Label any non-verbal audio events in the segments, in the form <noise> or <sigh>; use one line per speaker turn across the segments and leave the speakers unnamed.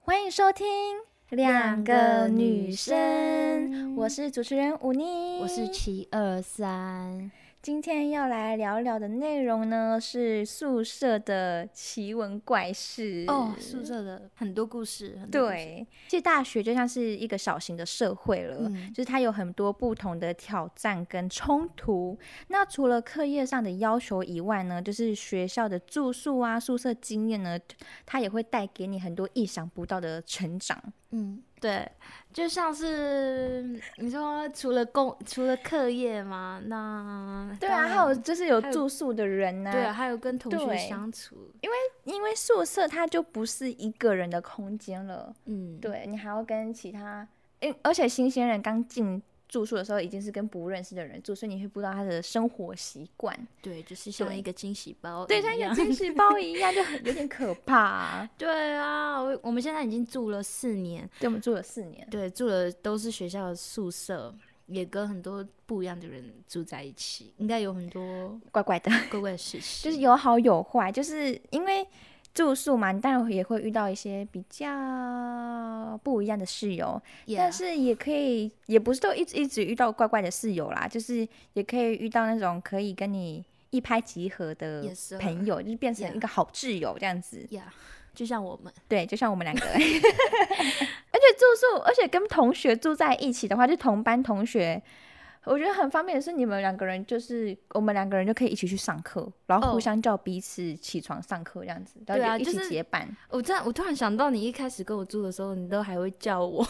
欢迎收听《两个女生》，我是主持人武妮，
我是七二三。
今天要来聊聊的内容呢是宿舍的奇闻怪事
哦，宿舍的很多故事，很多故事，
对，其实大学就像是一个小型的社会了，
嗯
就是它有很多不同的挑战跟冲突。那除了课业上的要求以外呢，就是学校的住宿啊、宿舍经验呢，它也会带给你很多意想不到的成长。
嗯，对，就像是你说除了工除了课业嘛，那
对啊，
当然
还有就是有
还有
住宿的人呐、
对啊，还有跟同学
对
相处，
因为宿舍它就不是一个人的空间了，
嗯，
对你还要跟其他，因而且新鲜人刚进住宿的时候已经是跟不认识的人住，所以你会不知道他的生活习惯，
对，就是像
对
一个惊喜包，
对，像一
<laughs>
个惊。喜包一样，就很有点可怕、啊。
对啊，我我们现在已经住了四年，
<laughs> 对，我们住了四年，
对，住的都是学校的宿舍，也跟很多不一样的人住在一起，应该有很多
怪怪的，
怪怪的事
<laughs> 就
情。
是有好有坏，就是因为住宿嘛，你当然也会遇到一些比较不一样的室友，但
Yeah，
是也可以，也不是都一直一直遇到怪怪的室友啦，就是也可以遇到那种可以跟你一拍即合的
Yes, sir.
朋友就是变成
啊 Yeah.
一个好挚友这样子。
yeah，就像我们，
对，就像我们两个， <laughs> 而且住宿，而且跟同学住在一起的话，就同班同学。我觉得很方便的是，你们两个人就是我们两个人就可以一起去上课，然后
哦
互相叫彼此起床上课这样子，
对
然
啊
后就一
就
起
是
结伴。
<laughs> 我突然我突然想到，你一开始跟我住的时候，你都还会叫我，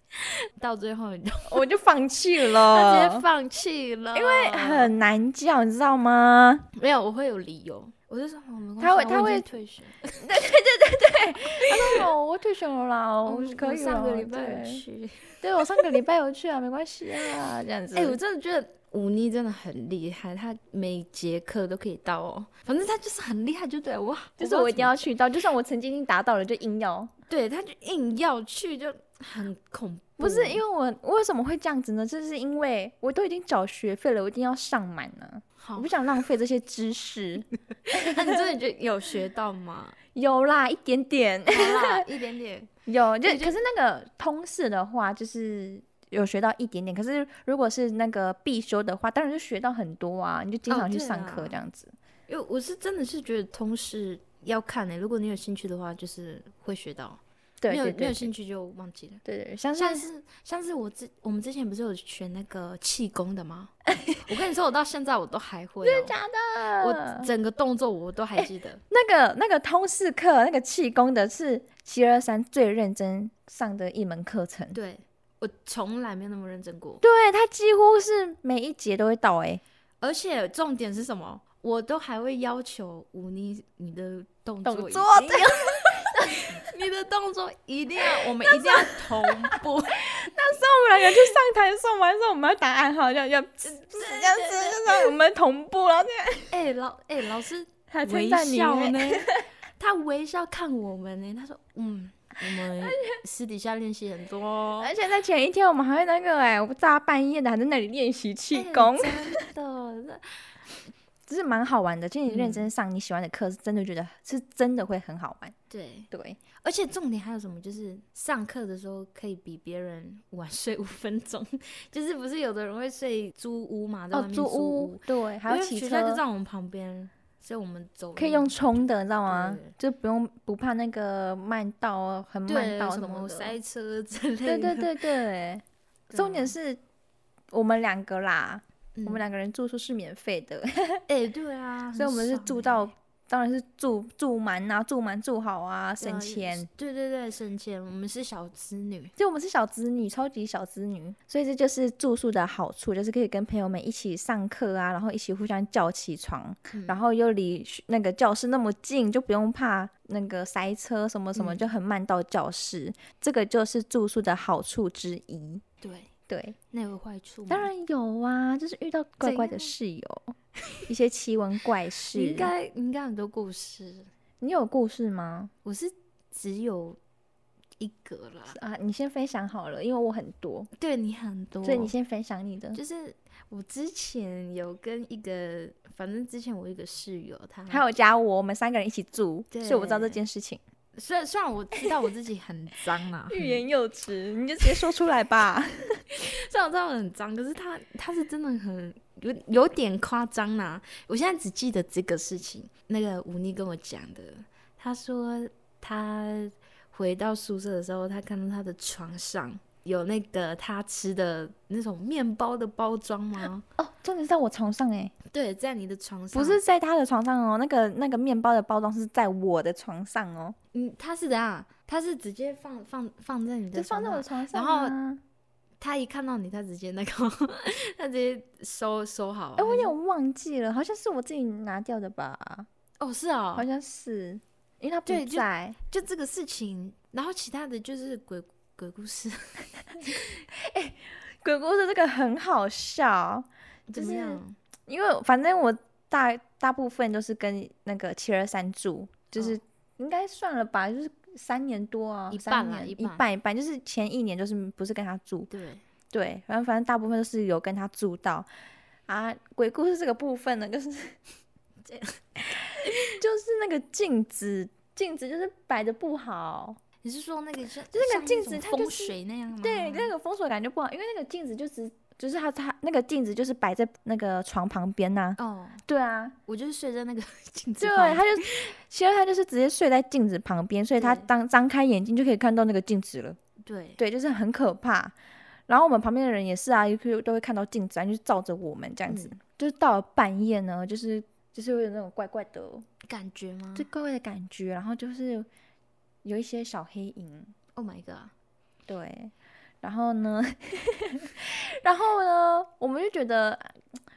<laughs> 到最后你都
我就放弃 <laughs>
他直接 <laughs>
了，
放弃哦了，因为
很难叫，你知道吗？
没有，我会有理由，我就说哦我们
他会他会
退学，
哦，我退选了啦，我
嗯
可以
上个
了
礼拜有
对
去。
对我上个礼拜有去啊，没关系啊，这样子。
哎、我真的觉得忤逆真的很厉害，他每节课都可以到哦。反正他就是很厉害，就对了我
就是
我
我
不
一
知
定
道
要去到，就算我成绩已经达到了，就硬要。
怎么对，他就硬要去，就很恐怖。
不是因为我我为什么会这样子呢？就是因为我都已经缴学费了，我一定要上满呢、我
好
不，想浪费这些知识。
那 <laughs> 你真的觉得有学到吗？
有啦，一点点
好 <laughs> 啦，一点点。
有，就
对就
可是那个通识的话，就是。有学到一点点，可是如果是那个必修的话，当然就学到很多啊！你就经
哦
常去
对
上
啦
课这样子。
因为我是真的是觉得通识要看呢、欸如果你有兴趣的话，就是会学到；
对
没有
对
没
对
有，兴趣就忘记了。
对对，像是
像是像是我之我们之前不是有学那个气功的 <laughs> 吗？我跟你说，我到现在我都还会、哦，真的假的欸我整个动作我都还记得。
那个那个通识课，那个气功的是七二三最认真上的一门课程。
对我从来没有那么认真过，
对他几乎是每一节都会到哎、
而且重点是什么？我都还会要求吴妮，你的动作
动
一
作
定要， <laughs> 你的动作一定 <laughs> 要，我们一定要同步。
那我们两个去上台的时候，我们还说我们要打暗号，要要这样子，就是我们同步，然后这样
哎、老哎、老师
还称
微
赞你、
笑
欸。
呢， <laughs> 他微笑看我们呢、他说嗯，我们私底下练习很多、哦。
而且在前一天，我们还会那个哎、我大半夜的还在那里练习气
哎
功，
真的，那
只是蛮好玩的。其实你认
嗯
真上你喜欢的课，是真的觉得是真的会很好玩。
对，
对，
而且重点还有什么？就是上课的时候可以比别人晚睡五分钟， <laughs> 就是不是有的人会睡租屋嘛，在
哦
外，面
租
屋
屋，对，还
因
有
为
骑
学
车，
校就在我们旁边，所以我们走
可以
路
用冲的，你知道吗
嗯
就
对？
不用不怕那个慢到啊很慢
对
到
什
么的。
么塞车啊之类
对
的。
对对
<laughs>
对，重点是我们两个啦，
嗯
我们两个人住宿是免费的，
哎、对啊，
所以我们是
很爽
住
欸
到，当然是住住满啊，住满住好啊，
对
省
啊
钱。。
对对对，省钱。我们是小资女，
就我们是小子女，超级小子女，所以这就是住宿的好处，就是可以跟朋友们一起上课啊，然后一起互相叫起床，
嗯
然后又离学那个教室那么近，就不用怕那个塞车什么什么，
嗯
就很慢到教室。这个就是住宿的好处之一。
对，
对，
那有坏处吗？
当然有啊，就是遇到怪怪的室友，一些奇闻怪事。
你应该你应该很多故事，
你有故事吗？
我是只有一个啦。
啊，你先分享好了，因为我很多，
对你很多，
所以你先分享你的。
就是我之前有跟一个，反正之前我有一个室友，他
嗯还有加我，我们三个人一起住，所以我知道这
对
件事情。，
虽然虽然我知道我自己很脏啊啦
<laughs> 欲言又止，你就直接说出来吧。
虽然我知道我很脏，可是他他是真的很有有点夸张啦。我现在只记得这个事情，那个忤逆跟我讲的，他说他回到宿舍的时候，他看到他的床上有那个他吃的那种面包的包装
<laughs>
吗？
<laughs> 哦，重点是在我床上哎、
对，在你的床上
不是在他的床上哦，那个那个面包的包装是在我的床上哦，
嗯，他是怎样？他是直接放放放在你的
就放
床
在我
上，
床上、
然后
啊。
他一看到你，他直接那个， <laughs> 他直接收收好啊。
哎、我有点忘记了，好像是我自己拿掉的吧，
哦，是哦，
好像是，因为他不
对就
在。
就这个事情，然后其他的就是鬼鬼故事，
鬼故事这个很好笑，
怎么样？
因为反正我大大部分都是跟那个七二三住，就是、
哦
应该算了吧，就是三年多啊，
一
三
半啦
年
一
一
半
半一半，就是前一年就是不是跟他住，
对，
对，然后反正大部分都是有跟他住到。啊，鬼故事这个部分呢，就是 <laughs>
这
就是那个镜子，镜子就是摆的不好，
你是说那个像
就那个
像
镜子
种
它就
风
是
水那样吗？
对，那个风水感觉不好，因为那个镜子就只就是他他那个镜子就是摆在那个床旁边呐、
哦，
对啊，
我就是睡在那个 <laughs> 镜子
对，
旁
他就其实他就是直接睡在镜子旁边，所以他
对
当张开眼睛就可以看到那个镜子了。
对
对，就是很可怕。然后我们旁边的人也是啊，就都会看到镜子啊，就是照着我们这样子。
嗯
就是到了半夜呢，就是就是会有那种怪怪的，
感觉吗
就怪怪的感觉，然后就是有一些小黑影，
？Oh my god！
对，然后呢， <laughs> 然后呢，我们就觉得，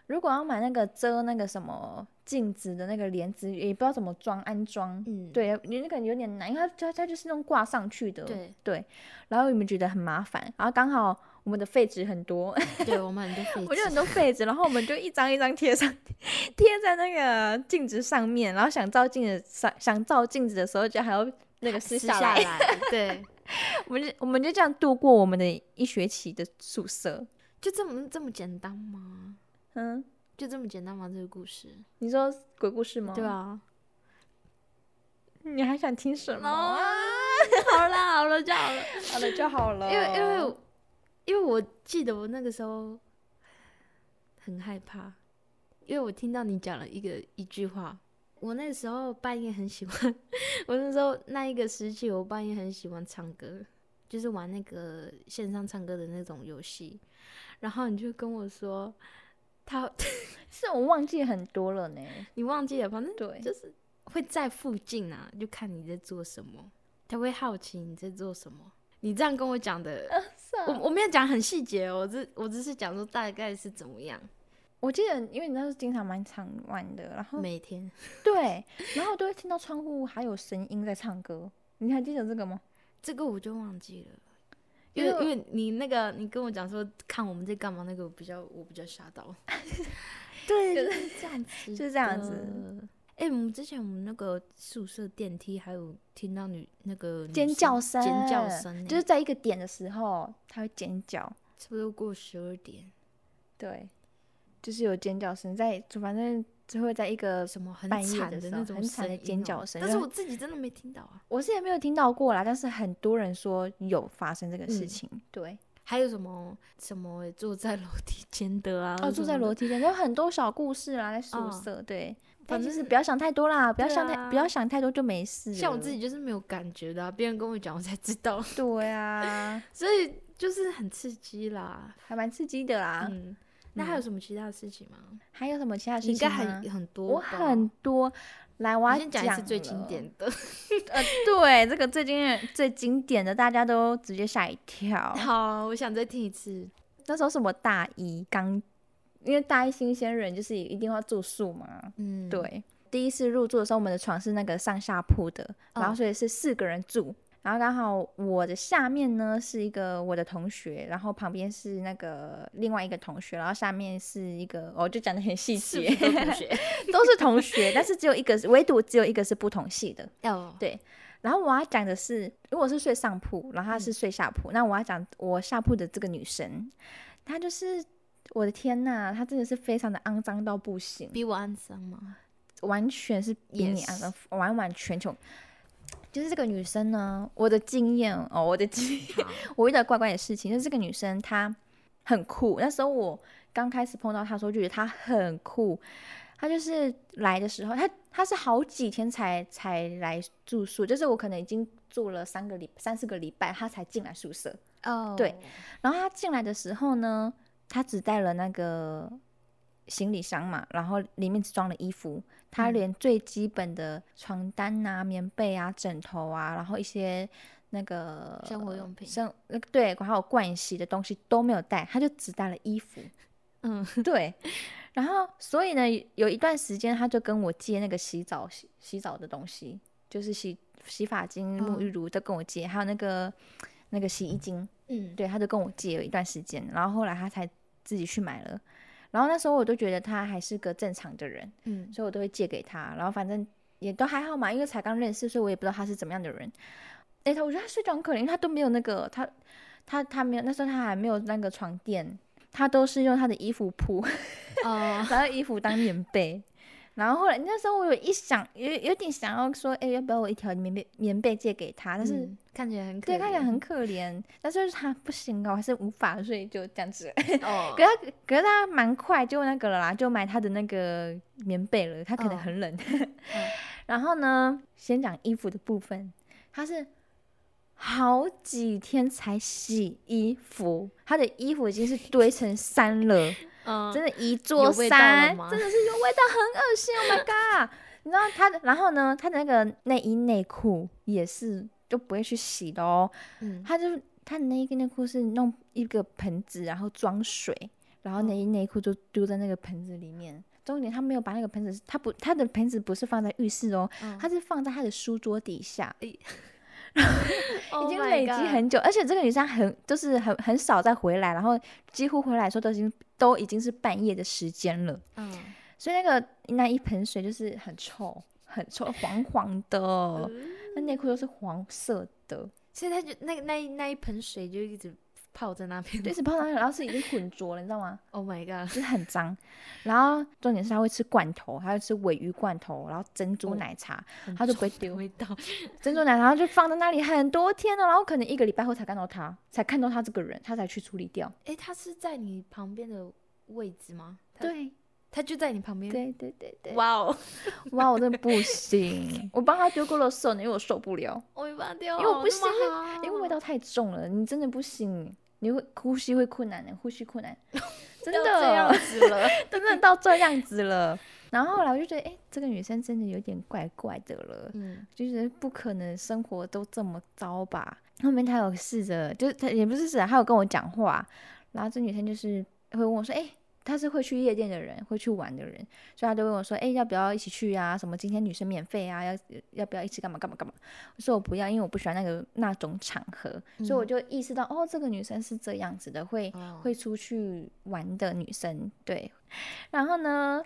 如果要买那个遮那个什么镜子的那个帘子，也不知道怎么装安装，
嗯，
对，你那个有点难，因为它它它就是那种挂上去的，
对
然后我们觉得很麻烦，然后刚好我们的废纸很多，
对，我们很多废
<laughs> 我就很
纸，
多废纸，然后我们就一张一张贴上， <laughs> 贴在那个镜子上面，然后想照镜子想想照镜子的时候，就还要那个撕
撕
下
下
来，
来，
<laughs>
对，
我们就我们就这样度过我们的一学期的宿舍。
就这么这么简单吗？
嗯，
就这么简单吗？这个故事，
你说鬼故事吗？嗯
对，啊，
你还想听什么啊？
哦好啦好了就好了，
好了就 <laughs> 好了，
因为因为因为我记得我那个时候很害怕，因为我听到你讲了一个一句话，我那个时候半夜很喜欢， <laughs> 我那时候那一个时期，我半夜很喜欢唱歌，就是玩那个线上唱歌的那种游戏，然后你就跟我说。他，
是我忘记很多了呢。
你忘记了，反正
对，
就是会在附近啊，就看你在做什么，他会好奇你在做什么。你这样跟我讲的，
是 <laughs> 啊
我我没有讲很细节哦，我只我只是讲说大概是怎么样，
我记得，因为你那时候经常蛮常玩的，然后
每天
对，然后都会听到窗户还有声音在唱歌。你还记得这个吗？
这个我就忘记了，因
因
为
为
因为你那个你跟我讲说看我们在干嘛那个我比较我比较吓到，对， <laughs> 就是这样子，
哎就是这样子。嗯
哎、我们之前我们那个宿舍电梯还有听到女那个女
尖
生
叫声，
尖叫声欸、
就是在一个点的时候，它会尖叫。
差不多过十二点，
对，就是有尖叫声，在反正就会在一个
什么很
半夜
惨
的时
那
候
种
很惨的
声音
尖
哦
叫声
但是
然后
我自己真的没听到啊。
我是也没有听到过啦，但是很多人说有发生这个事
嗯
情。对，
还有什么什么欸坐在楼梯间的啊？
哦，住在楼
楼，
梯间有很多小故事啦，在宿
嗯
舍。对，
反
但其实
正
不要想太多啦，不要
对
想太、不
啊
要想太多就没事。
像我自，己就是没有感觉的、啊，别人跟我讲我才知道， <laughs>
对啊，
所以就是很刺激啦。
还蛮刺激的啦。
嗯，那还有什么其他的事情吗？
啊还有什么其他事情
应该
吗
很很多吧，
我很多。来，我
我
要
先讲一次最经
了
典的。
呃，对，这个最经典、最经典的，大家都直接吓一跳。 <laughs>
<laughs> 好，啊我想再听一次。
那时候是我大一刚，因为大一新鲜人就是一定要住宿嘛。
嗯，，
对，第一次入住的时候，我们的床是那个上下铺的，然
哦
后所以是四个人住。然后刚好我的下面呢是一个我的同学，然后旁边是那个另外一个同学，然后下面是一个哦，就讲的很细 <laughs>
是
节，
不是同学？
都是同学，但是只有一个是，唯独只有一个是不同系的。
哦，
对然后我要讲的是，如果是睡上铺，然后她是睡下铺，那我要讲我下铺的这个女生，她就是我的天呐，她真的是非常的肮脏到不行，
比我暗伤吗？
完全是比你肮脏完完全全。就是这个女生呢，我的经验哦，我的经验， <laughs> 我遇到怪怪的事情，就是这个女生她很酷。那时候我刚开始碰到她的时候，就觉得她很酷。她就是来的时候，她她是好几天才才来住宿，就是我可能已经住了三个礼三四个礼拜，她才进来宿舍。
哦
对，然后她进来的时候呢，她只带了那个行李箱嘛，然后里面只装了衣服，她
嗯
连最基本的床单啊、棉被啊、枕头啊，然后一些那个
生活用品
生那个对，还有盥洗的东西都没有带，她就只带了衣
<laughs>
服。
嗯，
对，然后所以呢，有一段时间她就跟我借那个洗澡洗洗澡的东西，就是洗洗发精、沐
哦
浴乳都跟我借，还有那个那个洗衣精。
嗯，
对，他就跟我借了一段时间，然后后来他才自己去买了。然后那时候我都觉得他还是个正常的人，
嗯，
所以我都会借给他。然后反正也都还好嘛，因为才刚认识，所以我也不知道他是怎么样的人。哎，他我觉得他睡觉很可怜，因为他都没有那个他他他没有那时候他还没有那个床垫，他都是用他的衣服铺， <laughs>
哦，
然后衣服当棉被。然后后来那时候我有一想，有有点想要说，哎，要不要我一条棉被棉被借给他？但是
嗯看起来很可
对，
怜，
看起来很可怜，但是他不行啊，我还是无法，所以就这样子。 <laughs>
哦
可，是他，可是他蛮快就那个了啦，就买他的那个棉被了，他可能
哦
很冷。
嗯
<laughs> 然后呢，先讲衣服的部分，他是好几天才洗衣服，他的衣服已经是堆成山了。
嗯，
真的，一座
味道了
山，
吗
真的是有味道，很恶心。Oh my god！你知道他的，然后呢，他的那个内衣内裤也是就不会去洗的哦。
嗯，
他就是他的内衣跟内裤是弄一个盆子，然后装水，然后内
嗯
衣内裤就丢在那个盆子里面。重点他没有把那个盆子，他不，他的盆子不是放在浴室哦，
嗯
他是放在他的书桌底下，已
Oh
经
my
累积
God
很久，而且这个女生很就是很很少再回来，然后几乎回来的时候都已经都已经是半夜的时间了。
嗯，
所以那个那一盆水就是很臭，很臭，黄黄的，哦
嗯
那内裤都是黄色的，
所以他就那那一那一盆水就一直泡在那边
就一直泡上去，然后是已经浑浊了，你知道吗？
，Oh my god， <laughs>
就是很脏。然后重点是他会吃罐头，他会吃尾鱼罐头，然后珍珠
哦
奶茶，
很
他就不会
重的
丢
味道， <laughs>
珍珠奶茶就放在那里很多天了，然后可能一个礼拜后才看到他，才看到他这个人，他才去处理掉。
诶，他是在你旁边的位置吗？他，
对
他就在你旁边，
对对对对，
哇哦，
哇，我真的不
<laughs>
行，我帮他丢过了圾呢，因为我受不了。
我没办法掉，
因为我不啊
那么好
因为味道太重了，你真的不行，你会呼吸会困难的，呼吸
<laughs>
困难，真
都这样
的，
子
<laughs>
了，
真的到这样子了。然后后来我就觉得，哎、这个女生真的有点怪怪的了，
嗯，
就是不可能生活都这么糟吧。后面她有试着，就是她也不是试着，她有跟我讲话，然后这女生就是会问我说，哎、她是会去夜店的人，会去玩的人，所以她就问我说：“哎、要不要一起去啊？什么今天女生免费啊？要要不要一起干嘛干嘛干嘛？”我说我不要，因为我不喜欢那个那种场合，所以我
嗯
就意识到哦，这个女生是这样子的，会、
哦
嗯会出去玩的女生。对，然后呢，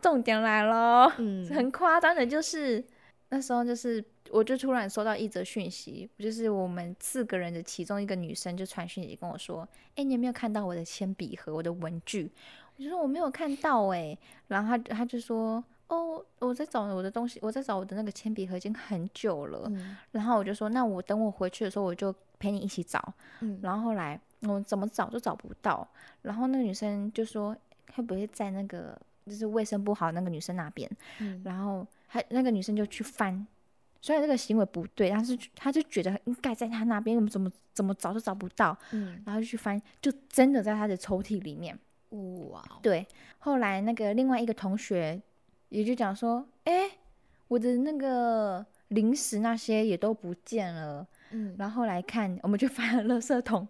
重点来了，
嗯，
很夸张的就是那时候就是。我就突然收到一则讯息，就是我们四个人的其中一个女生就传讯息跟我说：“哎、你有没有看到我的铅笔盒，我的文具？”我就说我没有看到哎、然后他他就说：“哦，我在找我的东西，我在找我的那个铅笔盒已经很久了。
嗯
然后我就说，那我等我回去的时候，我就陪你一起找。
嗯，
然后后来我怎么找都找不到，然后那个女生就说，会不会在那个就是卫生不好那个女生那边？
嗯
然后她那个女生就去翻，虽然这个行为不对，但是她就觉得应该在她那边，怎么怎么找都找不到，
嗯，
然后就去翻，就真的在她的抽屉里面。嗯
哇哦，
对，后来那个另外一个同学也就讲说，哎、我的那个零食那些也都不见了。
嗯，
然后后来看，我们就翻了垃圾桶，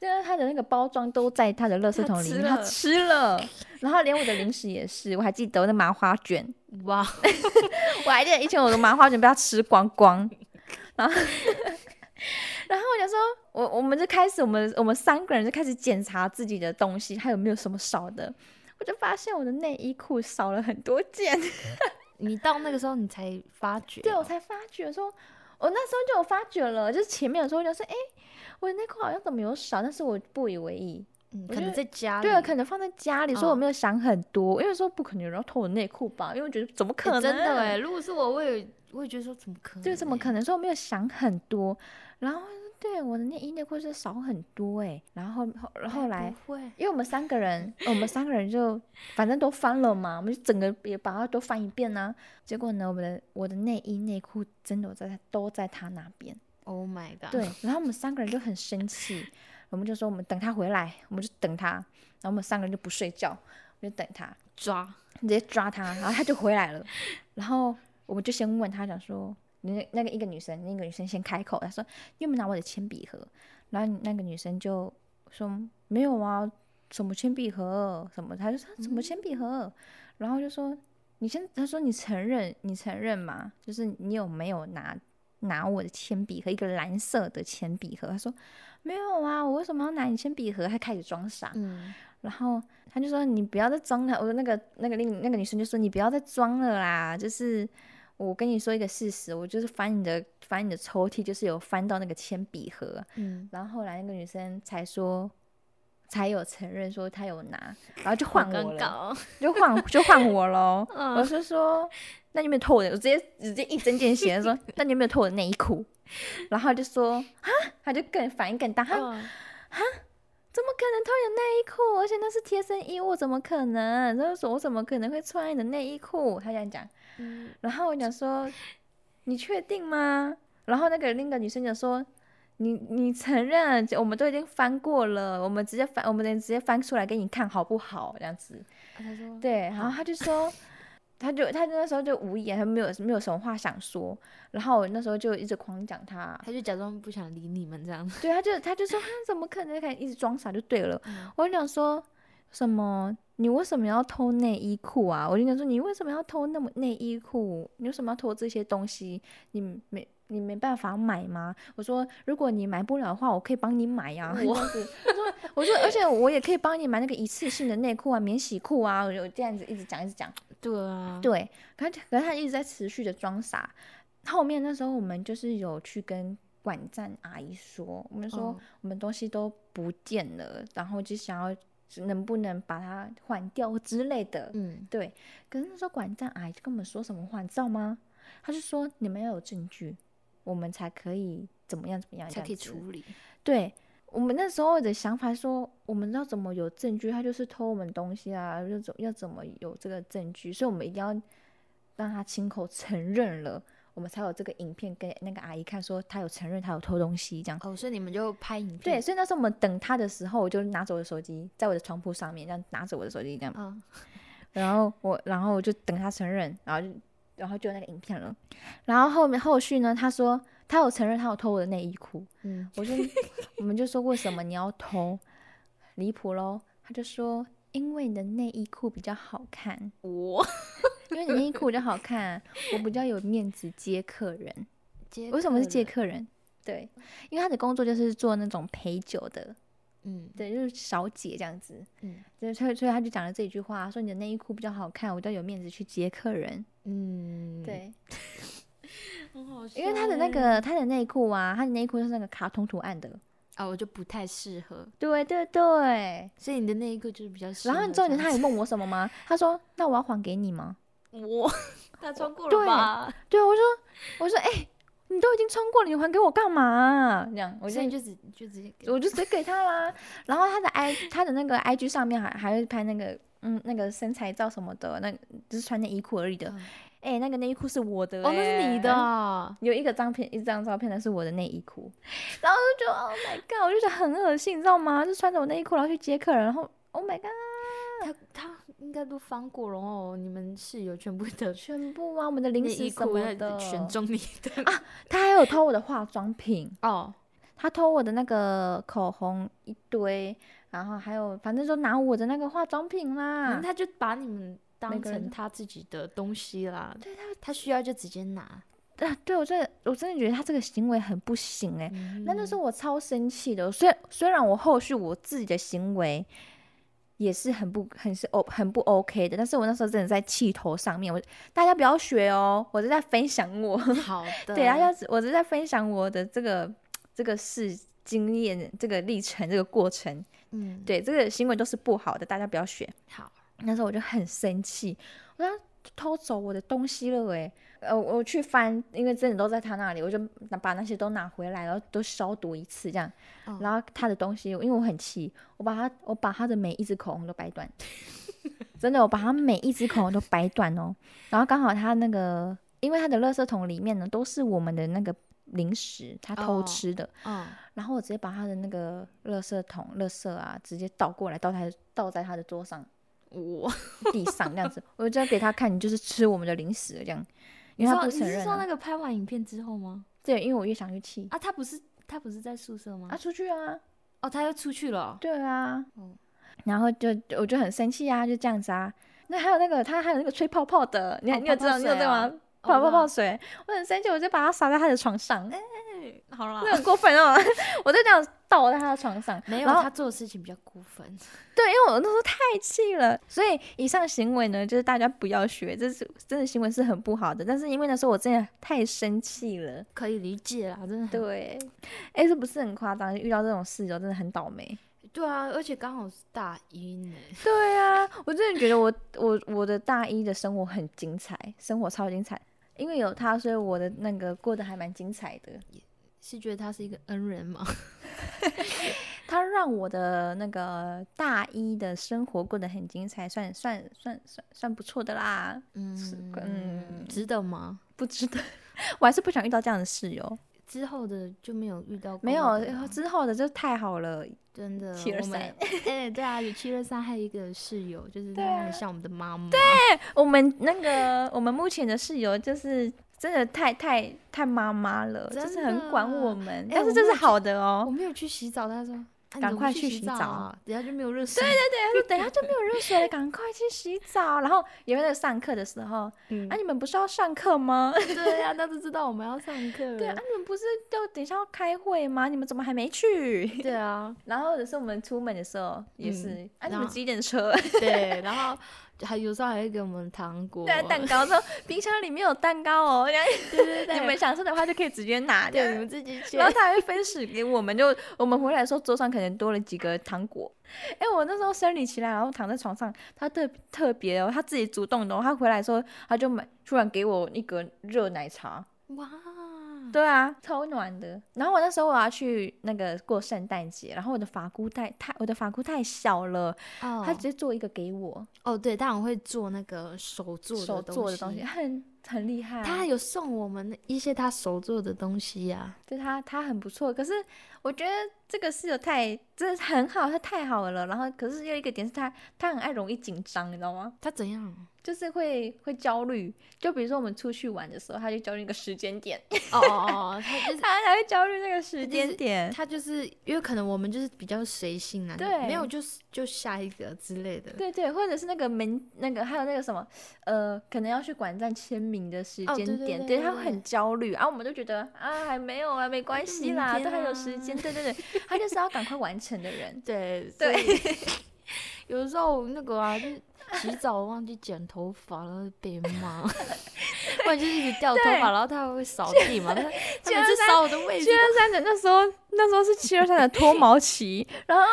就是他的那个包装都在他的垃圾
他
桶里
吃
面，他
了
吃了，然后连我的零食也是，我还记得我的麻花卷，
哇，哦
我还记得以前我的麻花卷被他吃光光，然后然后我就说，我我们就开始，我们我们三个人就开始检查自己的东西，还有没有什么少的。我就发现我的内衣裤少了很多件，
你到那个时候你才发觉哦，
对我才发觉说，我那时候就有发觉了，就是前面的时候就说，哎、我的内裤好像怎么有少，但是我不以为意，
嗯，
我
可
觉
能
得
在家里，
对啊，可能放在家里，所以我
嗯
没有想很多，因为说不可能有人要偷我内裤吧，因为我觉得怎么可
欸
能？
真的哎、如果是我，我也我也觉得说怎么可能、
对，怎么
能？
可能？所以我没有想很多，然后对我的内衣内裤是少很多哎、然后后后来
不。会，
因为我们三个人，我们三个人就反正都翻了嘛，我们就整个也把它都翻一遍呐、结果呢，我们的我的内衣内裤真的我在他都在他那边，
Oh my god！
对，然后我们三个人就很生气，我们就说我们等他回来，我们就等他，然后我们三个人就不睡觉，我们就等他，
抓，
直接抓他，然后他就回来了，然后我们就先问他，讲说，那那个一个女生，那个女生先开口，她说你有没有拿我的铅笔盒？然后那个女生就说没有啊，什么铅笔盒，什么，她就说什么铅笔盒，然后就说你先，她说你承认，你承认吗？就是你有没有拿？拿我的铅笔盒，一个蓝色的铅笔盒。她说：“没有啊，我为什么要拿你铅笔盒？”她开始装傻，
嗯，
然后他就说：“你不要再装了。”我说：“那个那个另那个女生就说：‘你不要再装了啦，就是我跟你说一个事实，我就是翻你的翻你的抽屉，就是有翻到那个铅笔盒。’
嗯，
然后后来那个女生才说，才有承认说她有拿，然后就换
好
我
尴
了，
尬哦，
就换就换我喽。
<laughs> 嗯
我是说，那你有没有偷我的？我直接直接一针见血地说，那你有没有偷我的内衣裤？然后他就说啊，他就更反应更大，他
嗯
怎么可能偷你的内衣裤？而且那是贴身衣物，怎么可能？他就说我怎么可能会穿你的内衣裤？他这样讲，
嗯
然后我讲说，你确定吗？然后那个那个女生就说，你你承认，我们都已经翻过了，我们直接翻，我们直接翻出来给你看好不好？这样子，
啊他说，
对，然后他就说。他就他就那时候就无言，他没有没有什么话想说，然后我那时候就一直狂讲他，
他就假装不想理你们这样，
对，他就他就说他怎么可能，可能一直装傻就对了。
嗯
我就想说什么？你为什么要偷内衣裤啊？我就想说你为什么要偷那么内衣裤？你为什么要偷这些东西？你没你没办法买吗？我说如果你买不了的话，我可以帮你买呀、 <laughs> 这
我
样子，我说我说，而且我也可以帮你买那个一次性的内裤啊，免洗裤啊。我就这样子一直讲一直讲。
对
<laughs>
啊，
对，可是可是他一直在持续的装傻。后面那时候我们就是有去跟管站阿姨说，我们说
哦
我们东西都不见了，然后就想要能不能把它换掉之类的。
嗯，
对，可是那时候管站阿姨就跟我们说什么话，你知道吗？他就说你们要有证据，我们才可以怎么样怎么样，
才可以
除。
处理，
对我们那时候的想法说，我们要怎么有证据？他就是偷我们东西啊，要怎要怎么有这个证据？所以我们一定要让他亲口 <laughs> 承认了，我们才有这个影片给那个阿姨看，说他有承认他有偷东西这样。
哦，所以你们就拍影
对，
片，
所以那时候我们等他的时候，我就拿着我的手机，在我的床铺上面，这样拿着我的手机这样，
嗯，
然后我，然后我就等他承认，然后就，然后就有那个影片了。然后后面后续呢，他说他有承认他有偷我的内衣裤，
嗯，
我就我们就说为什么你要偷？离谱喽！他就说因为你的内衣裤比较好看，
我
<laughs> 因为你内衣裤比较好看，我比较有面子接客人。为什么是接
借？
客人？对，因为他的工作就是做那种陪酒的，
嗯
对，就是小姐这样子。
嗯
对，所以所以他就讲了这一句话，说你的内衣裤比较好看，我比较有面子去接客人。
嗯，，
对，
很好笑欸，
因为他的那个他的内裤啊，他的内裤就是那个卡通图案的。
啊，我就不太适合，
对对对，
所以你的内衣裤就是比较适合
然后
这样
你
子，
重点他还问我什么吗？他说：“那我要还给你吗
我他穿过
对
了吧？？”
对啊，我说：“我说，哎、你都已经穿过了，你还给我干嘛、这样，我
我
就
现在就直就直接给
我就直接给他 <laughs> 啦。然后他的 i 他的那个 IG 上面还还会拍那个嗯那个身材照什么的，那只是穿内衣裤而已的。
嗯
哎、那个内衣裤是我的、欸
哦，那是你的。啊，
有一个照片，一张照片，那是我的内衣裤，然后我就觉得 Oh my God，我就觉得很恶心，你知道吗？就穿着我内衣裤然后去接客人，然后 Oh my God，
他他应该都翻过了哦，你们室友全部的
全部啊，我们的零
内
食
衣
什
裤
么
要
的，啊
选中你的
他还有偷我的化妆品，
哦，
他偷我的那个口红一堆，然后还有反正就拿我的那个化妆品啦。
嗯他就把你们
每
当
个人
成
都
他自己的东西啦，
对他，
他需要就直接拿。
啊，对我真的，我真的觉得他这个行为很不行哎、那那时
候
候我超生气的，虽虽然我后续我自己的行为也是很不很是 O 很不 OK 的，但是我那时候真的在气头上面，我大家不要学哦，我是在分享我， <laughs> 啊
好的，
对，大家只我是在分享我的这个这个事经验、这个历程、这个过程。
嗯，
对，这个行为都是不好的，大家不要学。
好，
那时候我就很生气，我说他偷走我的东西了诶、呃，我我去翻，因为真的都在他那里，我就拿把那些都拿回来，然后都消毒一次这样。
哦
然后他的东西，因为我很气，我把他我把他的每一支口红都掰
<laughs>
断，真的，我把他每一支口红都掰断哦。然后刚好他那个，因为他的垃圾桶里面呢都是我们的那个零食，他偷
哦
吃的。
嗯，
然后我直接把他的那个垃圾桶、垃圾啊，直接倒过来，倒在倒在他的桌上、
我
地上这样子，我就要给他看，你就是吃我们的零食了这样，因
你
为
说
他不
你
承
是
认、
说那
啊。
个拍完影片之后吗？
对，因为我越想越气
啊，他不是他不是在宿舍吗
啊，？出去啊，
哦，他又出去了哦。
对啊，
嗯
然后就我就很生气啊，就这样子啊。那还有那个他还有那个吹泡泡的，你、
哦
你有
泡
知
泡
道你有
水
对吗
哦？
泡
我
泡
知道
泡水，我很生气，我就把它洒在他的床
<laughs>
上，哎、
哎好啦，
那很过分哦！ <laughs> 我就这样倒在他的床上，
没有
然后
他做的事情比较过分。
<laughs> 对，因为我那时候太气了，所以以上行为呢，就是大家不要学，这是真的行为是很不好的。但是因为那时候我真的太生气 <laughs> 了，
可以理解啦，真的很
对，哎，是不是很夸张？遇到这种事情真的很倒霉。
对啊，而且刚好是大一呢，
对啊，我真的觉得我我我的大一的生活很精彩，生活超精彩，因为有他，所以我的那个过得还蛮精彩的。
是觉得他是一个恩人吗？
他让我的那个大一的生活过得很精彩，算算算算算不错的啦。 <laughs> 是
嗯
嗯
值得吗？
不值得， <laughs> 我还是不想遇到这样的室友。
之后的就没有遇到过
没有呃
那个啦
之后的就太好了，
真的
723
我们哎，对啊，有七二三，还有一个室友，就是
对
她
啊
很像我们的妈妈。
我们那个我们目前的室友就是真的太太太妈妈了，
真
就
的
是很管啊我们，
哎
但是
我
这是
目前
好的
我
哦。
没有去洗澡，他说啊你
赶
怎么
快
不
去
去
洗
澡
澡
啊，等下就没有热水。对对
对，他哎说等一下就没有热水了，赶快去洗澡。然后有没有上课的时候，
嗯
啊，你们不是要上课吗？
对呀，他都知道我们要上课了。
对啊，你们不是要等一下要开会吗？你们怎么还没去？ <laughs>
对 <laughs> 啊，
然后或者是我们出门的时候也
嗯
是，啊，你
然
们
后
几点 <laughs> 车？
对，然后还有时候还会给我们糖果，
对啊，蛋糕说冰箱里面有蛋糕哦， <laughs> 然后
对对 <laughs> 对，
你们想吃的话就可以直接拿。这样
对你们自己去
然。后他还会分食给我们， <laughs> 就我们回来的时候桌上可能多了几个糖果。哎、我那时候生理期来，然后躺在床上，他特特别哦，他自己主动的、哦，他回来的时候他就买，突然给我一个热奶茶。
<laughs> 哇，
对啊，超暖的。然后我那时候我要去那个过圣诞节，然后我的发箍太太我的发箍太小了，
哦
他直接做一个给我
哦，对，他很会做那个手做的
手做的
<laughs>
东西，很很厉害啊、
他还有送我们一些他手做的东西呀、
对他，他很不错。可是我觉得这个室友太，真的很好，他太好了。然后，可是又一个点是他，他很爱容易紧张，你知道吗？
他怎样？
就是会会焦虑。就比如说我们出去玩的时候，他就焦虑那个时间点， <laughs>
哦哦哦，他就是。
他还会焦虑那个时间点。
他就是因为可能我们就是比较随性啦，
对
没有就是就下一个之类的。
对对，或者是那个门，那个还有那个什么，呃，可能要去管站签名的时
哦
间
对对
点，
对
对
对
他
对
很焦虑啊。我们就觉得啊，还没有啊，没关系
明
啦，
天
都还有
啊
时
<laughs>
间。对对对，他就是要赶快完成的人。
对
对，
所以 <laughs> 有时候那个啊，就是洗澡忘记剪头发了被 <laughs> 骂，不然就是一直掉头
对
发，然后他还会扫地 <laughs> 嘛，他他
居然
每次
在
扫我的位置
七二三的那时候，那时候是七二
<laughs>
三的脱毛期，然后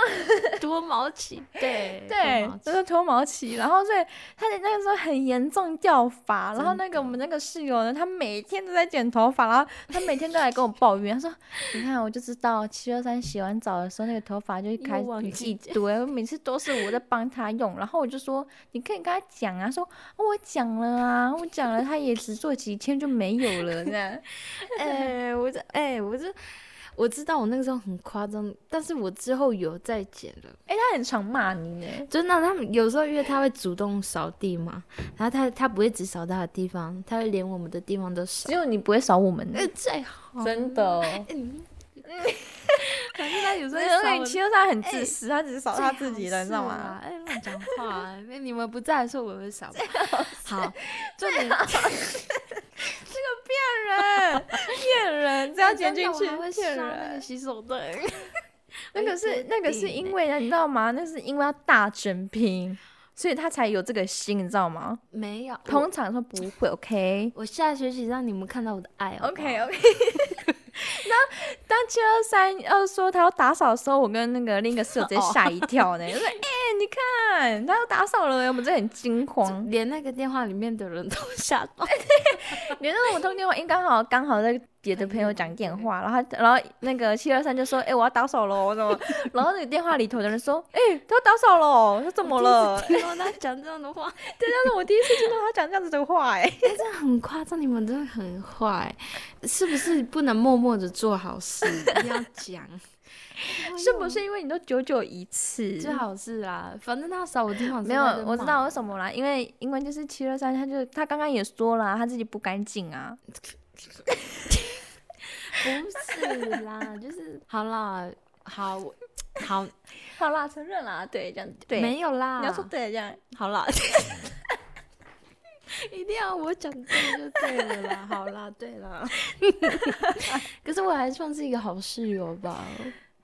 多毛 <laughs> 起， <laughs> 对
对
多毛，起 <laughs>
就是脱毛期，然后所以他的那个时候很严重掉发，然后
真
那个我们那个室友呢，他每天都在剪头发，然后他每天都来跟我抱怨，他说：“你看，我就知道七二三洗完澡的时候那个头发就开
又忘
始
记
一堆，我每次都是我在帮他用，然后我就说你可以跟他讲啊，说哦我讲了啊，我讲了，他也只做几天就没有了这样。” <laughs>
哎、我这哎、我这我知道我那个时候很夸张，但是我之后有再剪了。
哎，他很常骂你呢，
真的，他们有时候因为他会主动扫地嘛，然后他他不会只扫他的地方，他会连我们的地方都扫
只。有你不会扫我们呢
那、，最好
嗯真的。哦
嗯，反正他有时候
因为
会
其
扫
实他很自私，他只是扫
我
他自己的，你知道
哎最
吗？
好是啦哎，乱讲话！那你们不在的时候，我会扫吧。好，重点 <laughs>
骗人，骗人，这样剪进去
真的我还会刷
骗
那个
人。
洗手灯。
那个是那个是
一
因
定的
为呢，你知道吗？那是因为要大整拼，所以他才有这个心，你知道吗？
没有，我
通常说不会，OK。 <laughs>
我下学期让你们看到我的爱好不好
OK OK，当七二三要说他要打扫的时候，我跟那个另一个室友直接吓一跳
<laughs>
呢，就说：“哎、你看他要打扫了耶，我们真的很惊慌。”
连那个电话里面的人都吓到。
<laughs> 哎连那我通电话，因为刚好刚好在别的朋友讲电话，然后他然后那个七二三就说：“哎、我要打扫 <laughs> 了，我怎么？”然后那个电话里头的人说：“哎、他要打扫了，他怎么了
<laughs> 我第一次听到他讲这样的话，？”
对，但是我第一次听到他讲这样子的话、哎，
真的很夸张，你们真的很坏，是不是不能默默的做好事，一定要讲？
<laughs> 是不是因 <laughs> 为你都久久一次？
最好是啦，反正他少我听好
哎没有，我知道为什么啦，因为因为就是七二三，他就他刚刚也说了啊，他自己不干净啊。
不是
<laughs>
啦，就是好啦，好我好
好啦，承认啦，对，这样对，啊
没有啦，
你要说对，这样
好啦，一定要我讲对就对了
<laughs>
啦，好啦，对啦。可是我还算是一个好室友吧，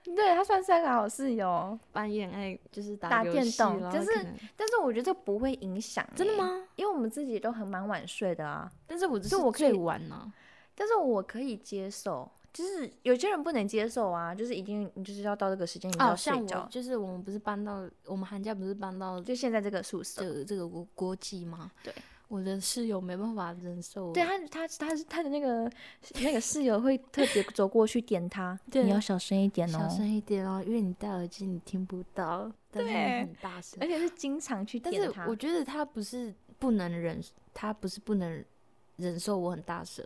对他算是个好室友，
半夜爱就是打
打
游
电
戏
动
然
就
后
是
可能
但是我觉得这不会影响，欸
真的？吗？
因为我们自己都很蛮晚睡的啊，
但是我哦
就
就是
我可以啊
最晚呢、
但是我可以接受，就是有些人不能接受啊，就是一定你就是要到这个时间你就
哦，
要
像
睡
我
觉，
就是我们不是搬到我们寒假不是搬到
就现在这个宿舍，
这个这个国国际吗？
对，
我的室友没办法忍受。
对，啊他他他是他的那个那个室友会特别走过去点
<laughs>
他，
对
你要小声一点
小
哦。
声一点哦，因为你戴耳机你听不到，但是
对
你很大声
而。且是经常去
但
点
是
他。
我觉得他不是不能忍，他不是不能忍受我很大声，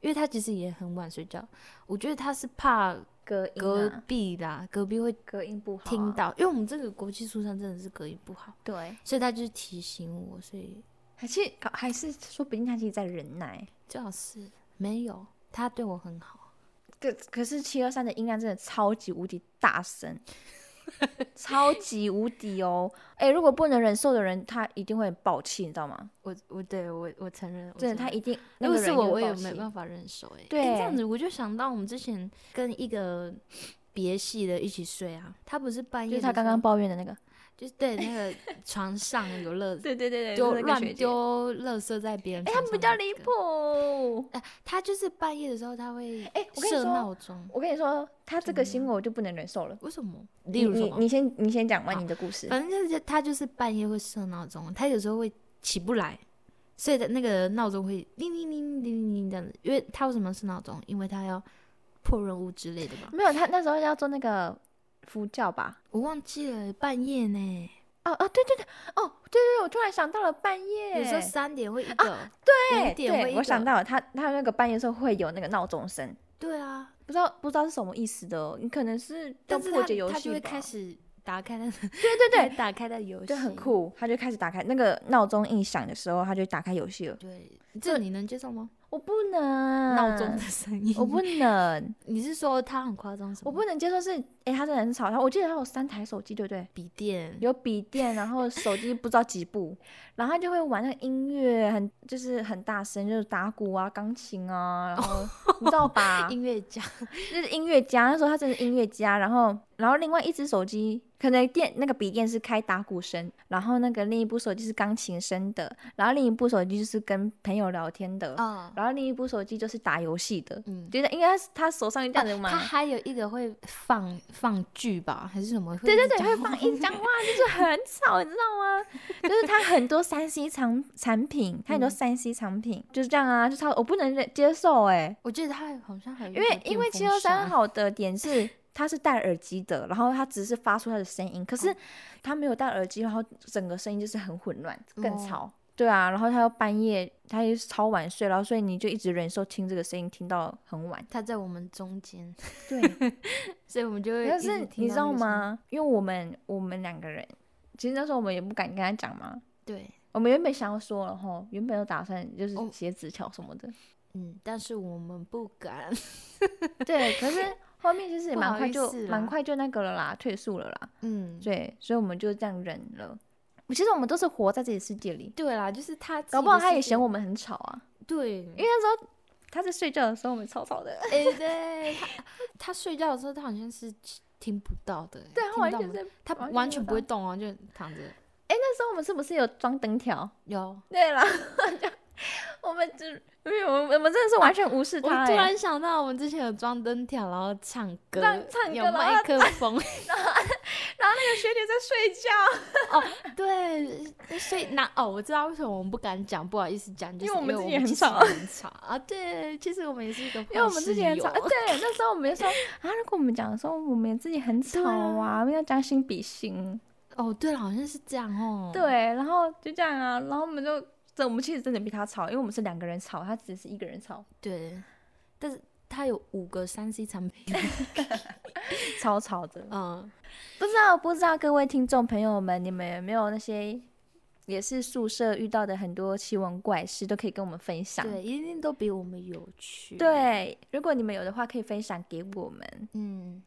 因为他其实也很晚睡觉。我觉得他是怕
隔音、啊、
隔壁啦，隔壁会
隔音不好、啊
听。到，因为我们这个国际书上真的是隔音不好，
对，
所以他就是提醒我，所以
还是搞还是说不定他其实在忍耐。
最好是没有，他对我很好，
可可是七二三的音量真的超级无敌大 <laughs> 声，超级无敌哦！哎、如果不能忍受的人，他一定会很暴气，你知道吗？
我我对我我承认，我
真的，
承
他
认
一定。
如果是我，我也
也
没办
法。
法忍受哎、欸。
对
欸这样子我就想到我们之前跟一个别系的一起睡啊，他不是半
就
夜
是
的时候，
他刚刚抱怨的那个。
就是对那个床上有
<laughs>
乐
对对对
丢乱。丢垃圾在别人
哎、
床
他
上
们比
的那个，
较
呃
离谱。
他就是半夜的时候他会
哎我跟你
设
说
闹钟，
我跟你说，他这个行为我就不能忍受了。
为什么？例
你
如什
你
么？
你先你先讲完
好
你的故事。
反正就是他就是半夜会设闹钟，他有时候会起不来，所以的那个闹钟会铃铃铃铃铃铃这样子。因为他为什么要设闹钟？因为他要破任务之类的吧。
没有，他那时候要做那个服教吧？
我忘记了，半夜呢，
哦哦，对对对，哦对对对，我突然想到了半夜，啊
有时候三点会一个，
对
五点会
对，
一
我想
个
到了，他他那个半夜的时候会有那个闹钟声，
对啊，
不知道不知道是什么意思的哦，你可能是要
但是
破解游
他
戏
他就会
吧
开，始打开他的，
对对对，
打开他的游戏，
就很。酷，他就开始打开那个闹钟一响的时候，他就打开游戏了。
对，这你能接受吗？
我不能
闹钟的，声音，
嗯我不能，
你是说他很夸张什么？
我不能接受是，哎，他真的很吵，他我记得他有三台手机，对不对？
笔电，
有笔电，然后手机不知道几部，然后他就会玩那个音乐，很就是很大声，就是打鼓啊、钢琴啊，然后你知道 <laughs> 吧？
音乐家，
就是音乐家，那时候他真的是音乐家。然后，然后另外一只手机可能电那个笔电是开打鼓声，然后那个另一部手机是钢琴声的，然后另一部手机就是跟朋友聊天的，
啊，
然后另一部手机就是打游戏的。
嗯，
觉得应该是他手上这样子嘛，
他哦还有一个会放放剧吧，还是什么？
对对对，
会
会
一直
放音
讲
讲话，就是很吵，你知道吗？就是它很多三 C 产产品，它很多
嗯
三 C 产品、就是这样啊，就是它我不能忍接受哎、
我记得他好像还有一
因
个
为因为七
电
二
风
三
扇，啊
好的点
<laughs>
是。它是戴耳机的，然后它只是发出它的声音，可
哦
是它没有戴耳机，然后整个声音就是很混乱，更
哦
吵。对啊，然后它又半夜，它又超晚睡，然后所以你就一直忍受听这个声音，听到很晚。
他在我们中间， <laughs>
对，
所以我们就会
可
一直
是
听
你
到
知
那
道
个声音？
吗？因为我们我们两个人，其实那时候我们也不敢跟他讲嘛。
对，
我们原本想要说了吼，原本有打算就是
哦
写纸条什么
<laughs>
的，
嗯，但是我们不
<laughs>
敢，
对。可是后面就是也
不
蛮
好
快
意
就
思
蛮
啦
快就那个了啦，退宿了啦。
嗯，
对，所以我们就这样忍了。其实我们都是活在自己的世界里，
对啦，就是他，
搞不好他也嫌我，们很吵啊。 <laughs>
对，因
因为那时候他在睡觉的时候，我们超吵的。
哎、对他，他睡觉的时候，他好像是听不到的，
对，
听
他完
到
全
吗
是。
他
完全
完
没有
全不会啊
到
动哦，就躺着。
哎，那时候我们是不是有装灯条？
有，
对啦，我们就没有，我们我们真的是完全无视
我
他、
突
欸。
然想到，我们之前有装灯条，然后唱歌，
唱唱
有
歌然
麦
后
克风，
然后那个学姐在睡觉，
哦对，所以那哦，我知道为什么我们不敢讲，不好意思讲，就
因为
是
我们自己
我们
很
其实
吵
也很吵啊。对，其实我们也是一个，
<laughs> 因为我们自己很吵。呃对，那时候我们就说啊，如果我们讲的时候，我们自己很吵
对
啊，我们要将心比心。
哦，对了，好像是这样哦。
对，然后就这样啊，然后我们就这我们其实真的比他吵，因为我们是两个人吵，他只是一个人吵，
对，但是它有五个三 C 产品，
超吵的。
嗯，
不知道不知道各位听众朋友们，你们有没有那些也是宿舍遇到的很多奇闻怪事，都可以跟我们分享。
对，一定都比我们有趣。，
对，如果你们有的话，可以分享给我们。
嗯。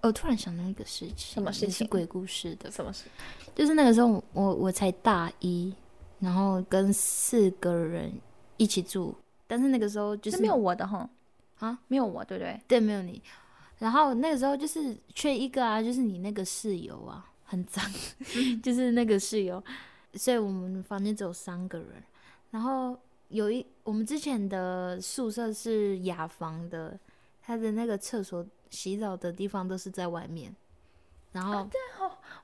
我突然想到一个事情，
什么事
也是
情
鬼故事的，
什么事？
就是那个时候我我才大一，然后跟四个人一起住，但是那个时候
就
就
是是没有我的哈
啊，
没有我，对不对？
对没有你，然后那个时候就是缺一个啊，就是你那个室友啊很脏，就是那个室友，所以我们房间只有三个人，然后有一我们之前的宿舍是雅房的，他的那个厕所洗澡的地方都是在外面，然后、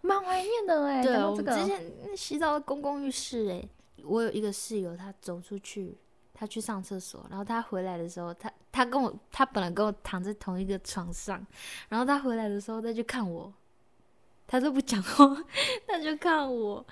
蛮怀念的哎，
对，
讲
我
到这个
们之前那洗澡的公共浴室哎、我有一个室友，他走出去，他去上厕所，然后他回来的时候，他他跟我，他本来跟我躺在同一个床上，然后他回来的时候再去看我，他都不讲话，他就看我，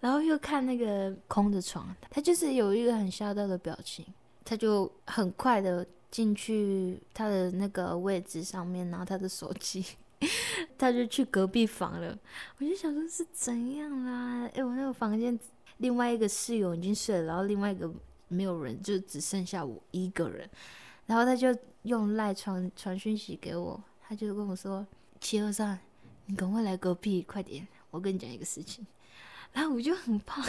然后又看那个空的床，他就是有一个很吓到的表情，他就很快的进去他的那个位置上面拿他的手机， <laughs> 他就去隔壁房了。我就想说是怎样啦？哎、我那个房间另外一个室友已经睡了，然后另外一个没有人，就只剩下我一个人。然后他就用赖传传讯息给我，他就跟我说：“七二三，你赶快来隔壁，快点，我跟你讲一个事情。” <laughs> 然后我就很怕，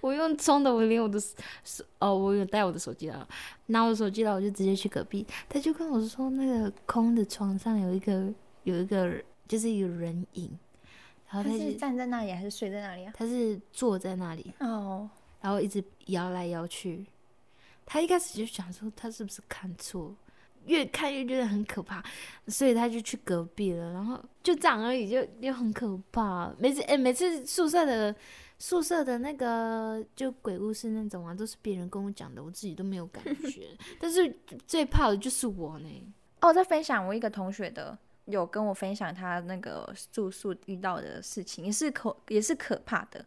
我用冲的，我连我的手哦，我有带我的手机了，拿我的手机了，我就直接去隔壁。他就跟我说，那个空的床上有一个有一个就是一个人影，
他
然后他
是
就
站在那里还是睡在那里啊？
他是坐在那里，
哦，
然后一直摇来摇去。他一开始就想说他是不是看错，越看越觉得很可怕，所以他就去隔壁了。然后就这样而已，就就很可怕。每次哎、每次宿舍的宿舍的那个就鬼故事那种啊，都是别人跟我讲的，我自己都没有感觉。 <laughs> 但是最怕的就是我呢。
哦，我在分享我一个同学的，有跟我分享他那个住宿遇到的事情，也是可也是可怕的。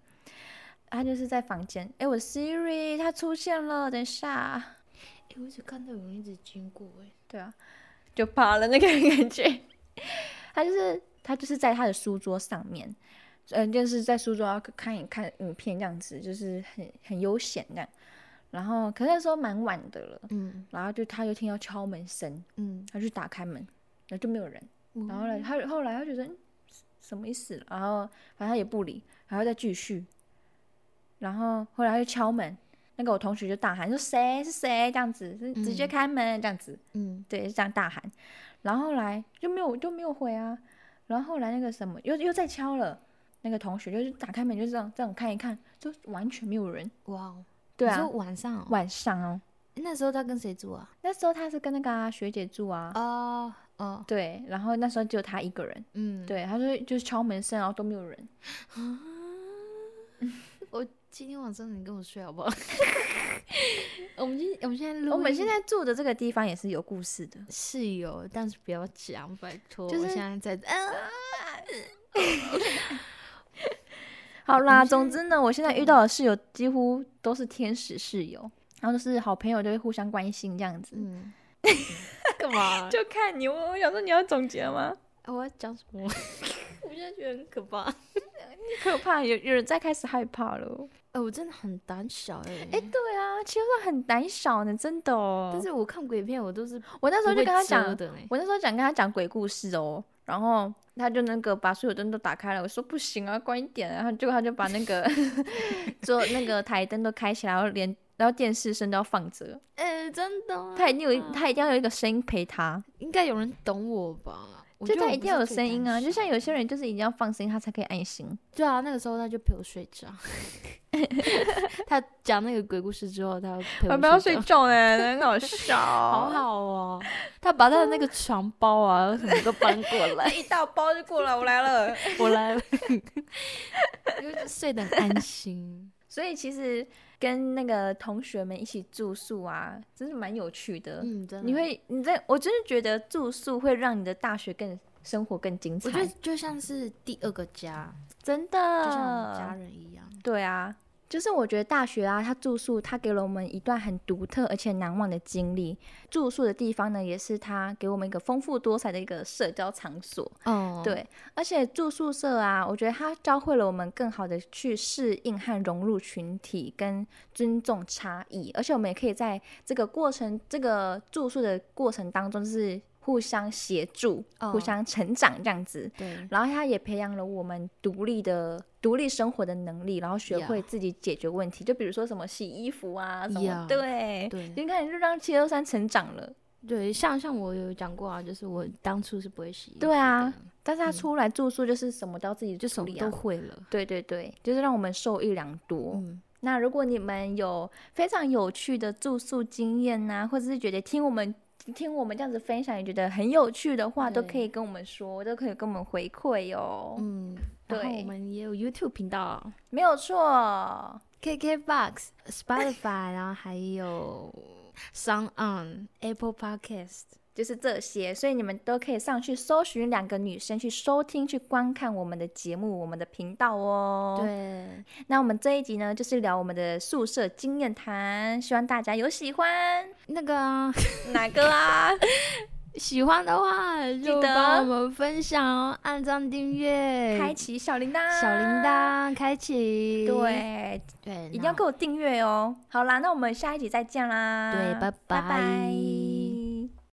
他就是在房间，哎，我 Siri 他出现了，等一下，
哎、我只看到有人一直经过、哎，
对啊，就怕了那个感觉。他就是他就是在他的书桌上面，嗯，就是在书桌要看一看影片这样子，就是很很悠闲这样。然后可是那时候蛮晚的了，
嗯
然后就他就听到敲门声，
嗯，
他去打开门，然后就没有人。然后
呢？
呢，他后来他觉得嗯什么意思，然后反正他也不理，然后再继续，然后后来他就敲门，那个我同学就大喊说谁是谁这样子，是直接
嗯
开门这样子，
嗯
对，是这样大喊，然后后来就没有就没有回啊，然后后来那个什么又又再敲了，那个同学就是打开门就这样这样看一看，就完全没有人，
哇哦，
对
你
啊
说，晚上、哦，
晚上哦，
那时候他跟谁住啊？
那时候他是跟那个、啊、学姐住啊，
哦哦，
对，然后那时候只有他一个人，
嗯，
对，他说就是敲门声，然后都没有人。
啊。我今天晚上你跟我睡好不好？ <laughs> 我们今我们现在录音，
我们现在住的这个地方也是有故事的，
是有，但是不要讲，拜托。
就是
我现在在，啊、
好啦，
我们现在
总之呢，我现在遇嗯到的室友几乎都是天使室友，然后都是好朋友，就会互相关心这样子。
嗯， <laughs> 干嘛？
就看你，我我想说你要总结吗？
啊 <laughs> 我要讲什么？我现在觉得很可怕。
可怕，有有人在开始害怕了。哦
哎、我真的很胆小哎、
哎、对啊，其实我很胆小呢，真的哦。
但是我看鬼片，我都是
我那时候就
不会
跟他
遮
讲，
的呢。
我那时候想跟他讲鬼故事哦，然后他就那个把所有灯都打开了，我说不行啊，关一点啊，然后结果他就把那
<laughs>
个 <laughs> 桌那个台灯都开起来，然后连然后电视声都要放着，
哎、真的啊，
他一定有一他一定要有一个声音陪他，
应该有人懂我吧？我
就
觉得
他
我
一
不
定
是
要有
最
声音
胆
啊，就
小
像有些人就是一定要放声音他才可以安心， <laughs>
对啊，那个时候他就陪我睡着，他讲那个鬼故事之后，他陪
我
我
不要
睡
睡觉
觉，
呢，很好笑，
<laughs> 好好哦。他把他的那个床包
<laughs>
啊什么都搬过来，
一大包就过来，我来
<laughs>
了。
我来了，因为睡得很安心。
所以其实跟那个同学们一起住宿啊，真是蛮有趣的。
嗯，真的。
你会你在我真的觉得住宿会让你的大学更生活更精
我觉得
彩，
就像是第二个家，
真
就像我们家
的。
人一样。
对啊，就是我觉得大学啊，它住宿它给了我们一段很独特而且难忘的经历。住宿的地方呢，也是它给我们一个丰富多彩的一个社交场所。
哦，
对，而且住宿舍啊，我觉得它教会了我们更好的去适应和融入群体，跟尊重差异。而且我们也可以在这个过程、这个住宿的过程当中，就是互相协助、互
哦
相成长这样子。
对，
然后它也培养了我们独立的、独立生活的能力，然后学
Yeah
会自己解决问题。就比如说什么洗衣服啊，什么
Yeah
对，
对
你看就让七二三成长了。
对，像像我有讲过啊，就是我当初是不会洗衣服
对啊
的，
但是他出来住宿就是什么都要自己
就
处
什
理啊
么都会了。
对对对，就是让我们受益良多。
嗯，
那如果你们有非常有趣的住宿经验呐、或者是觉得听我们听我们这样子分享也觉得很有趣的话，都可
对
以跟我们说，都可以跟我们回馈哟、
嗯，然后
对
我们也有 YouTube 频道啊
没有错，
，KKBox、Spotify，然后还有 Sound On、Apple Podcast。
就是这些，所以你们都可以上去搜寻两个女生去收听、去观看我们的节目、我们的频道哦。，
对，
那我们这一集呢，就是聊我们的宿舍经验谈，希望大家有喜欢
那个 <laughs> 啊
哪个啊？
喜欢的话就
得
帮我们分享哦，按赞、订阅、
开启小铃铛，
小铃。铛，开启。
对，
对，
一定要
那
给我订阅哦。好啦，那我们下一集再见啦。
对，拜
拜拜